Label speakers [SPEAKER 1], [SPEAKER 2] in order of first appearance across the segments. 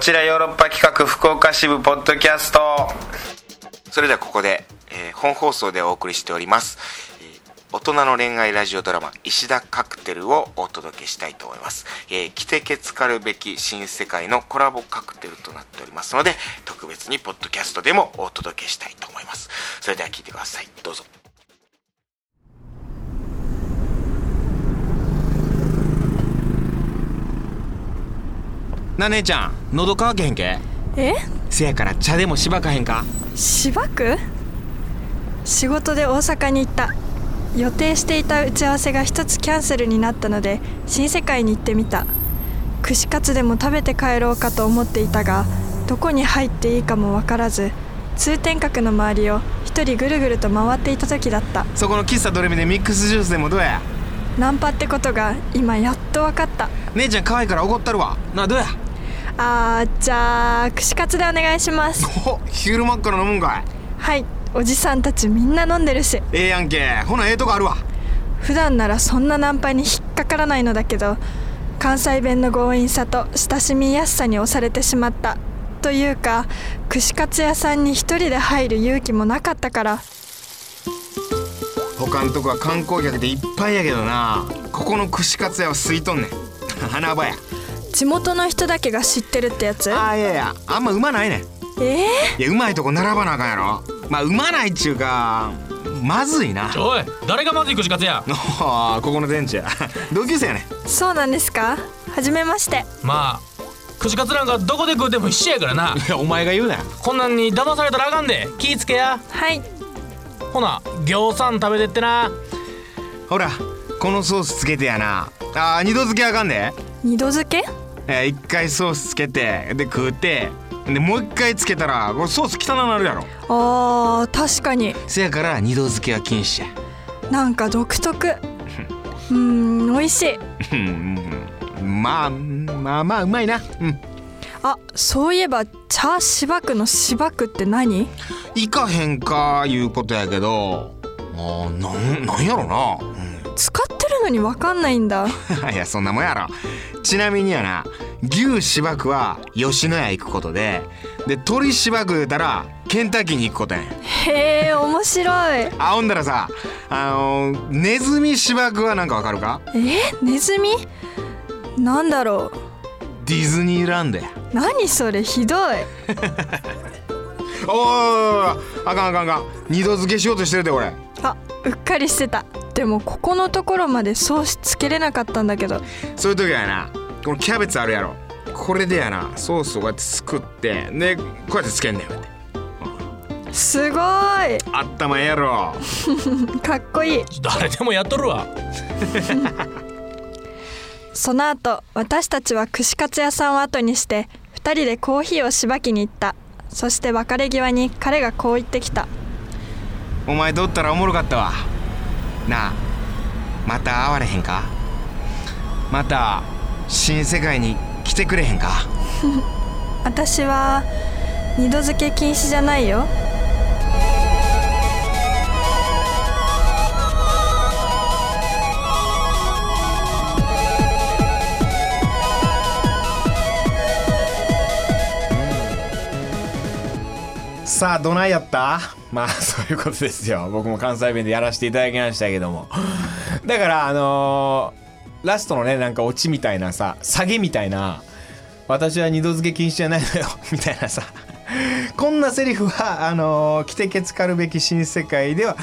[SPEAKER 1] ちらヨーロッパ企画福岡支部ポッドキャスト
[SPEAKER 2] それではここで、えー本放送でお送りしております、えー大人の恋愛ラジオドラマ「石田カクテル」をお届けしたいと思います、えー、来てけつかるべき新世界のコラボカクテルとなっておりますので特別にポッドキャストでもお届けしたいと思いますそれでは聞いてくださいどうぞ
[SPEAKER 1] なねちゃん喉乾けへんけ
[SPEAKER 3] え
[SPEAKER 1] せやから茶でもしばかへんか
[SPEAKER 3] しばく仕事で大阪に行った予定していた打ち合わせが一つキャンセルになったので新世界に行ってみた串カツでも食べて帰ろうかと思っていたがどこに入っていいかも分からず通天閣の周りを一人ぐるぐると回っていた時だった
[SPEAKER 1] そこの喫茶ドレミでミックスジュースでもどうや
[SPEAKER 3] ナンパってことが今やっと分かった
[SPEAKER 1] 姉ちゃん可愛いから怒ったるわなあどうや
[SPEAKER 3] あーじゃあ串カツでお願いします
[SPEAKER 1] お昼間っから飲むんかい
[SPEAKER 3] はいおじさんたちみんな飲んでるし
[SPEAKER 1] ええやんけほなええとこあるわ
[SPEAKER 3] 普段ならそんなナンパに引っかからないのだけど関西弁の強引さと親しみやすさに押されてしまったというか串カツ屋さんに一人で入る勇気もなかったから
[SPEAKER 1] 他んとこは観光客でいっぱいやけどなここの串カツ屋はすいとんねん 花場や
[SPEAKER 3] 地元の人だけが知ってるってやつ
[SPEAKER 1] あいやいやあんまうまないねん
[SPEAKER 3] ええ
[SPEAKER 1] いやうまいとこ並ばなあかんやろまあうまないっちゅうかまずいな
[SPEAKER 4] おい誰がまずい串カツや
[SPEAKER 1] ああここの店長や 同級生やね
[SPEAKER 3] そうなんですかはじめまして
[SPEAKER 4] まあ串カツなんかどこで食うても一緒やからない
[SPEAKER 1] やお前が言うなよ
[SPEAKER 4] こんなんに騙されたらあかんで気ぃつけや
[SPEAKER 3] はい
[SPEAKER 4] ほな餃子ん食べてってな
[SPEAKER 1] ほらこのソースつけてやなあー二度漬けあかんで、
[SPEAKER 3] 二度漬け
[SPEAKER 1] えー一回ソースつけてで食うてでもう一回つけたらこれソース汚なるやろ
[SPEAKER 3] あー確かに
[SPEAKER 1] せやから二度漬けは禁止や
[SPEAKER 3] なんか独特 うーん美味しい
[SPEAKER 1] うんまあまあまあうまいなうん
[SPEAKER 3] あそういえば茶しばくのしばくって何
[SPEAKER 1] 行かへんかいうことやけどあーなんなんやろな、うん
[SPEAKER 3] 使ってるのに分かんないんだ
[SPEAKER 1] いやそんなも んやろちなみにやな牛芝区は吉野家行くことでで鳥芝区言うたらケンタッキーに行くことやん
[SPEAKER 3] へえ面白い
[SPEAKER 1] あほんだらさあのーネズミ芝区はなんかわかるか
[SPEAKER 3] えネズミなんだろ
[SPEAKER 1] ディズニーランドや
[SPEAKER 3] う何それひどい
[SPEAKER 1] おーあかんあかんあかん二度漬けしようとしてるで俺
[SPEAKER 3] あうっかりしてたでもここのところまでソースつけれなかったんだけど
[SPEAKER 1] そういう時はやなこのキャベツあるやろこれでやなソースをこうやってすくってでこうやってつけんねんこうやって
[SPEAKER 3] すごい
[SPEAKER 1] あったまええやろ
[SPEAKER 3] かっこいい
[SPEAKER 4] 誰でもやっとるわ
[SPEAKER 3] その後私たちは串カツ屋さんを後にして2人でコーヒーをしばきに行ったそして別れ際に彼がこう言ってきた
[SPEAKER 1] お前とおったらおもろかったわなあまた会われへんかまた新世界に来てくれへんか
[SPEAKER 3] 私は二度漬け禁止じゃないよ
[SPEAKER 1] さあどないやったまあそういうことですよ僕も関西弁でやらせていただきましたけどもだからあのーラストのねなんかオチみたいなさ下げみたいな私は二度漬け禁止じゃないのよ みたいなさこんなセリフはあのー、着てけつかるべき新世界では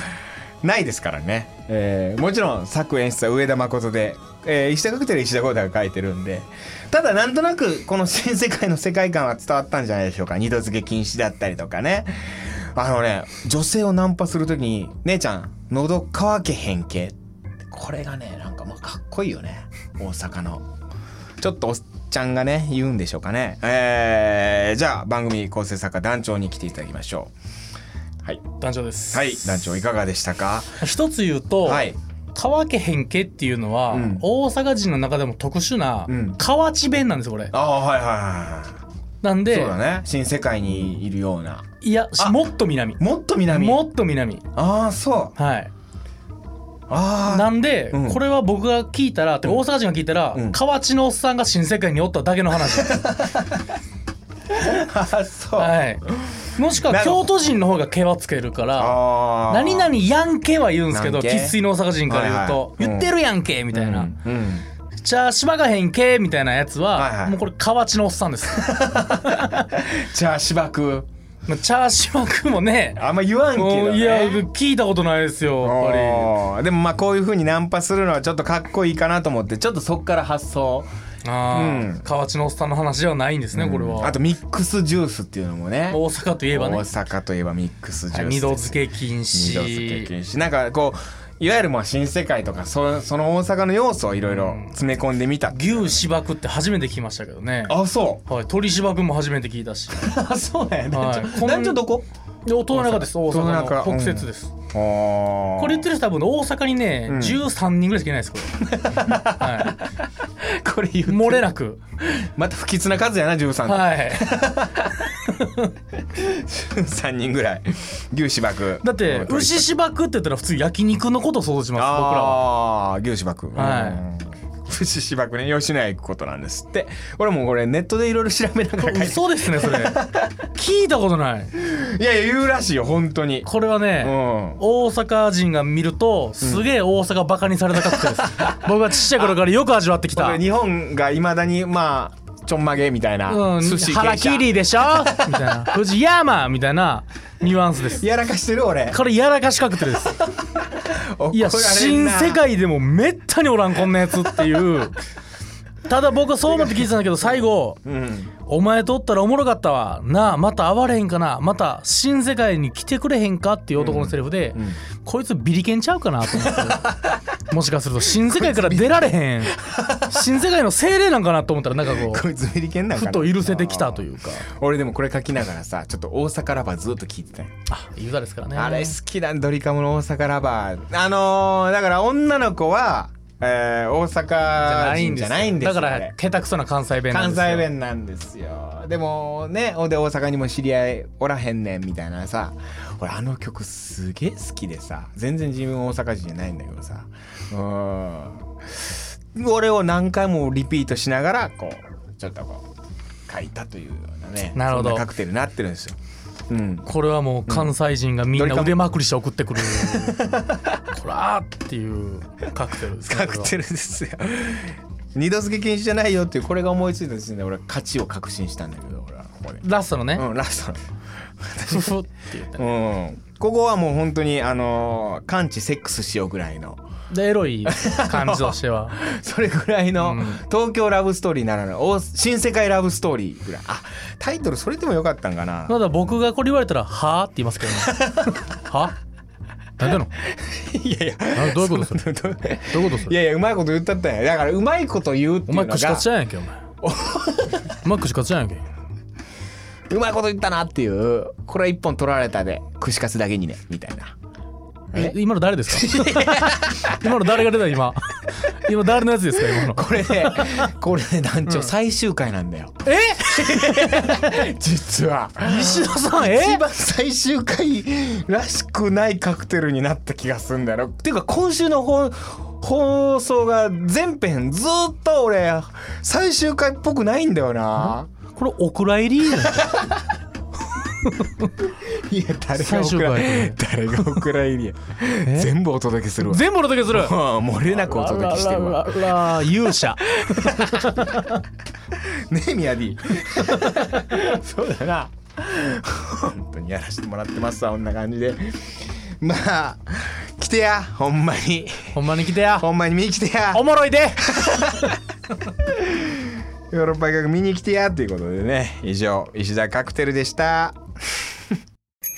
[SPEAKER 1] ないですからね、えーもちろん作演出は上田誠で、えー石田カクテル石田豪太が書いてるんでただなんとなくこの新世界の世界観は伝わったんじゃないでしょうか二度漬け禁止だったりとかねあのね女性をナンパするときに「姉ちゃん喉乾けへんけ」これがねなんかまあかっこいいよね大阪のちょっとおっちゃんがね言うんでしょうかねえー、じゃあ番組構成作家団長に来ていただきましょうはい
[SPEAKER 5] 団長です。
[SPEAKER 1] はい団長いかがでしたか
[SPEAKER 5] 一つ言うと、
[SPEAKER 1] はい
[SPEAKER 5] 川家変形っていうのは、
[SPEAKER 1] うん
[SPEAKER 5] 大阪人の中でも特殊な
[SPEAKER 1] うん
[SPEAKER 5] 河内弁なんですよこれ。
[SPEAKER 1] ああはいはいは
[SPEAKER 5] なん
[SPEAKER 1] い
[SPEAKER 5] で、
[SPEAKER 1] そうだね新世界にいるようない
[SPEAKER 5] やし
[SPEAKER 1] あ
[SPEAKER 5] もっと南
[SPEAKER 1] もっと南
[SPEAKER 5] もっと南
[SPEAKER 1] ああそ
[SPEAKER 5] はい。
[SPEAKER 1] うああ
[SPEAKER 5] なんで、
[SPEAKER 1] うん
[SPEAKER 5] これは僕が聞いたら、てか大阪人が聞いたら、
[SPEAKER 1] うん
[SPEAKER 5] 河内のおっさんが新世界におっただけの話。
[SPEAKER 1] あそう、
[SPEAKER 5] はいもしく
[SPEAKER 1] な
[SPEAKER 5] は
[SPEAKER 1] るほ
[SPEAKER 5] 京都人の方が毛はつけるから
[SPEAKER 1] あー
[SPEAKER 5] 何々やんけは言うんですけど
[SPEAKER 1] なんけ
[SPEAKER 5] 生粋の大阪人から言うと
[SPEAKER 1] はいはい
[SPEAKER 5] 言ってるやんけみたいな
[SPEAKER 1] うんうん
[SPEAKER 5] じゃあしばがへんけみたいなやつ
[SPEAKER 1] はいは
[SPEAKER 5] はいもうこれ河内のおっさんです
[SPEAKER 1] じゃあ芝生
[SPEAKER 5] まあチャーシバくもね
[SPEAKER 1] あんま言わんけど、ね、
[SPEAKER 5] もういや聞いたことないですよやっぱり
[SPEAKER 1] おーでもまあこういう風にナンパするのはちょっとかっこいいかなと思ってちょっとそっから発想
[SPEAKER 5] あー
[SPEAKER 1] うん
[SPEAKER 5] 河内のおっさんの話ではないんですねこれは
[SPEAKER 1] あとミックスジュースっていうのもね
[SPEAKER 5] 大阪といえばね
[SPEAKER 1] 大
[SPEAKER 5] はい
[SPEAKER 1] 阪といえばミックスジュース
[SPEAKER 5] 二度漬
[SPEAKER 1] け
[SPEAKER 5] け禁止
[SPEAKER 1] 二度漬け禁止なんかこういわゆるまあ新世界とかそその大阪の要素をいろいろ詰め込んでみたっていう
[SPEAKER 5] 牛芝生って初めて聞きましたけどね
[SPEAKER 1] あそう
[SPEAKER 5] はい鳥芝生も初めて聞いたし
[SPEAKER 1] あ そうなんや
[SPEAKER 5] はい
[SPEAKER 1] 男女
[SPEAKER 5] こん
[SPEAKER 1] 男女どこ
[SPEAKER 5] で大人中です大
[SPEAKER 1] 大
[SPEAKER 5] 阪
[SPEAKER 1] 阪
[SPEAKER 5] の北節です
[SPEAKER 1] こ
[SPEAKER 5] これ言ってる人多分大阪にね、
[SPEAKER 1] ん
[SPEAKER 5] 13人ぐらいしかいないですこれ、 は
[SPEAKER 1] るこれ言
[SPEAKER 5] い、漏れなく
[SPEAKER 1] また不吉な数やな13三
[SPEAKER 5] はい
[SPEAKER 1] 3人ぐらい牛芝生
[SPEAKER 5] だって牛芝生って言ったら普通焼肉のことを想像します僕ら
[SPEAKER 1] あ
[SPEAKER 5] は
[SPEAKER 1] あー牛芝生
[SPEAKER 5] はい
[SPEAKER 1] い牛芝生ね吉野家行くことなんですって俺もうこれネットでいろいろ調べながら書いて
[SPEAKER 5] 嘘ですねそ れ聞いたことない
[SPEAKER 1] いやいや言うらしいよ本当に
[SPEAKER 5] これはね、
[SPEAKER 1] うん
[SPEAKER 5] 大阪人が見るとすげえ大阪バカにされた かったです、僕はちっちゃい頃からよく味わってきた
[SPEAKER 1] これ日本がいまだにまあちょんまげみたいな、
[SPEAKER 5] うん
[SPEAKER 1] 寿司
[SPEAKER 5] 腹切りでしょみた いな藤山みたいなニュアンスです
[SPEAKER 1] やらかしてる俺
[SPEAKER 5] これやらかしかくてですいや
[SPEAKER 1] 怒られん
[SPEAKER 5] 新
[SPEAKER 1] な
[SPEAKER 5] 世界でもめったにおらんこんなやつっ ていうただ僕はそう思って聞いてたんだけど最後
[SPEAKER 1] うん
[SPEAKER 5] 「お前とおったらおもろかったわなあまた会われへんかなまた新世界に来てくれへんか」っていう男のセリフで、こいつビリケンちゃうかなと思ってもしかすると新世界から出られへ ん新世界の精霊なんかなと思ったらなんかこ
[SPEAKER 1] こいつメリケンな
[SPEAKER 5] うん
[SPEAKER 1] かな
[SPEAKER 5] ふと許せてきたというか
[SPEAKER 1] 俺でもこれ書きながらさちょっと大阪ラバーずっと聞いてたよ
[SPEAKER 5] あユダですからね
[SPEAKER 1] あれ好きだドリカムの大阪ラバーあのー、だから女の子は、えー、大阪人じゃないんですよ
[SPEAKER 5] だか
[SPEAKER 1] あ
[SPEAKER 5] ら
[SPEAKER 1] れ
[SPEAKER 5] 下手くそな関西弁な
[SPEAKER 1] 関
[SPEAKER 5] んですよ
[SPEAKER 1] 西弁なんですよでもねほんで大阪にも知り合いおらへんねんみたいなさ俺あの曲すげえ好きでさ全然自分大阪人じゃないんだけどさうん俺を何回もリピートしながらこうちょっとこう書いたというようなね
[SPEAKER 5] なるほど
[SPEAKER 1] そんカクテルになってるんですようん
[SPEAKER 5] これはもう関西人がみん
[SPEAKER 1] ドリカ
[SPEAKER 5] な
[SPEAKER 1] ム
[SPEAKER 5] 腕まくりして送ってく る、こらーっていうカクテルですね
[SPEAKER 1] カクテルですよ二度漬け禁止じゃないよっていうこれが思いついた時点で俺は勝ちを確信したんだけど俺はここで
[SPEAKER 5] これはラストのね、
[SPEAKER 1] うんラストの
[SPEAKER 5] ふふって言って、
[SPEAKER 1] うんここはもう本当にあのー完治セックスしようぐらいの
[SPEAKER 5] でエロい感じとしては
[SPEAKER 1] それぐらいの
[SPEAKER 5] うん
[SPEAKER 1] 東京ラブストーリーならぬお新世界ラブストーリーぐらいあタイトルそれでもよかったんかな
[SPEAKER 5] ただ僕がこれ言われたら「はあ?」って言います けどね「は何だの
[SPEAKER 1] いやいや
[SPEAKER 5] などういうことそれ
[SPEAKER 1] どうい
[SPEAKER 5] どういうことそれ
[SPEAKER 1] やいやうまいこと言ったったんやだからうまいこと言うっていうの
[SPEAKER 5] お前
[SPEAKER 1] が
[SPEAKER 5] 串カツちゃんやんけお前 お前串カツちゃんやんけ
[SPEAKER 1] うまいこと言ったなっていうこれは一本取られたで串カツだけにねみたいな
[SPEAKER 5] え今の誰です か今の誰が出た今今誰のやつですか今の
[SPEAKER 1] これ ねこれね団長最終回なんだよ
[SPEAKER 5] え
[SPEAKER 1] 実は
[SPEAKER 5] 石田さん
[SPEAKER 1] 一
[SPEAKER 5] え
[SPEAKER 1] 番最終回らしくないカクテルになった気がするんだよなっていうか今週の放放送が全編ずーっと俺最終回っぽくないんだよな
[SPEAKER 5] これお蔵入りやん
[SPEAKER 1] いや誰が
[SPEAKER 5] 最
[SPEAKER 1] お
[SPEAKER 5] 終
[SPEAKER 1] 蔵
[SPEAKER 5] 回
[SPEAKER 1] 入り誰がお蔵入りや全部お届けするわ
[SPEAKER 5] 全部お届 けする
[SPEAKER 1] うん漏れなくお届けしてるわ
[SPEAKER 5] あらららら勇者
[SPEAKER 1] ねえ宮 D そうだな本当にやらせてもらってますわこんな感じでまあ来てやほんまに
[SPEAKER 5] ほんまに来てや
[SPEAKER 1] ほんまに見に来てや
[SPEAKER 5] おもろいで
[SPEAKER 1] ヨーロッパ医学見に来てやということでね以上石田カクテルでした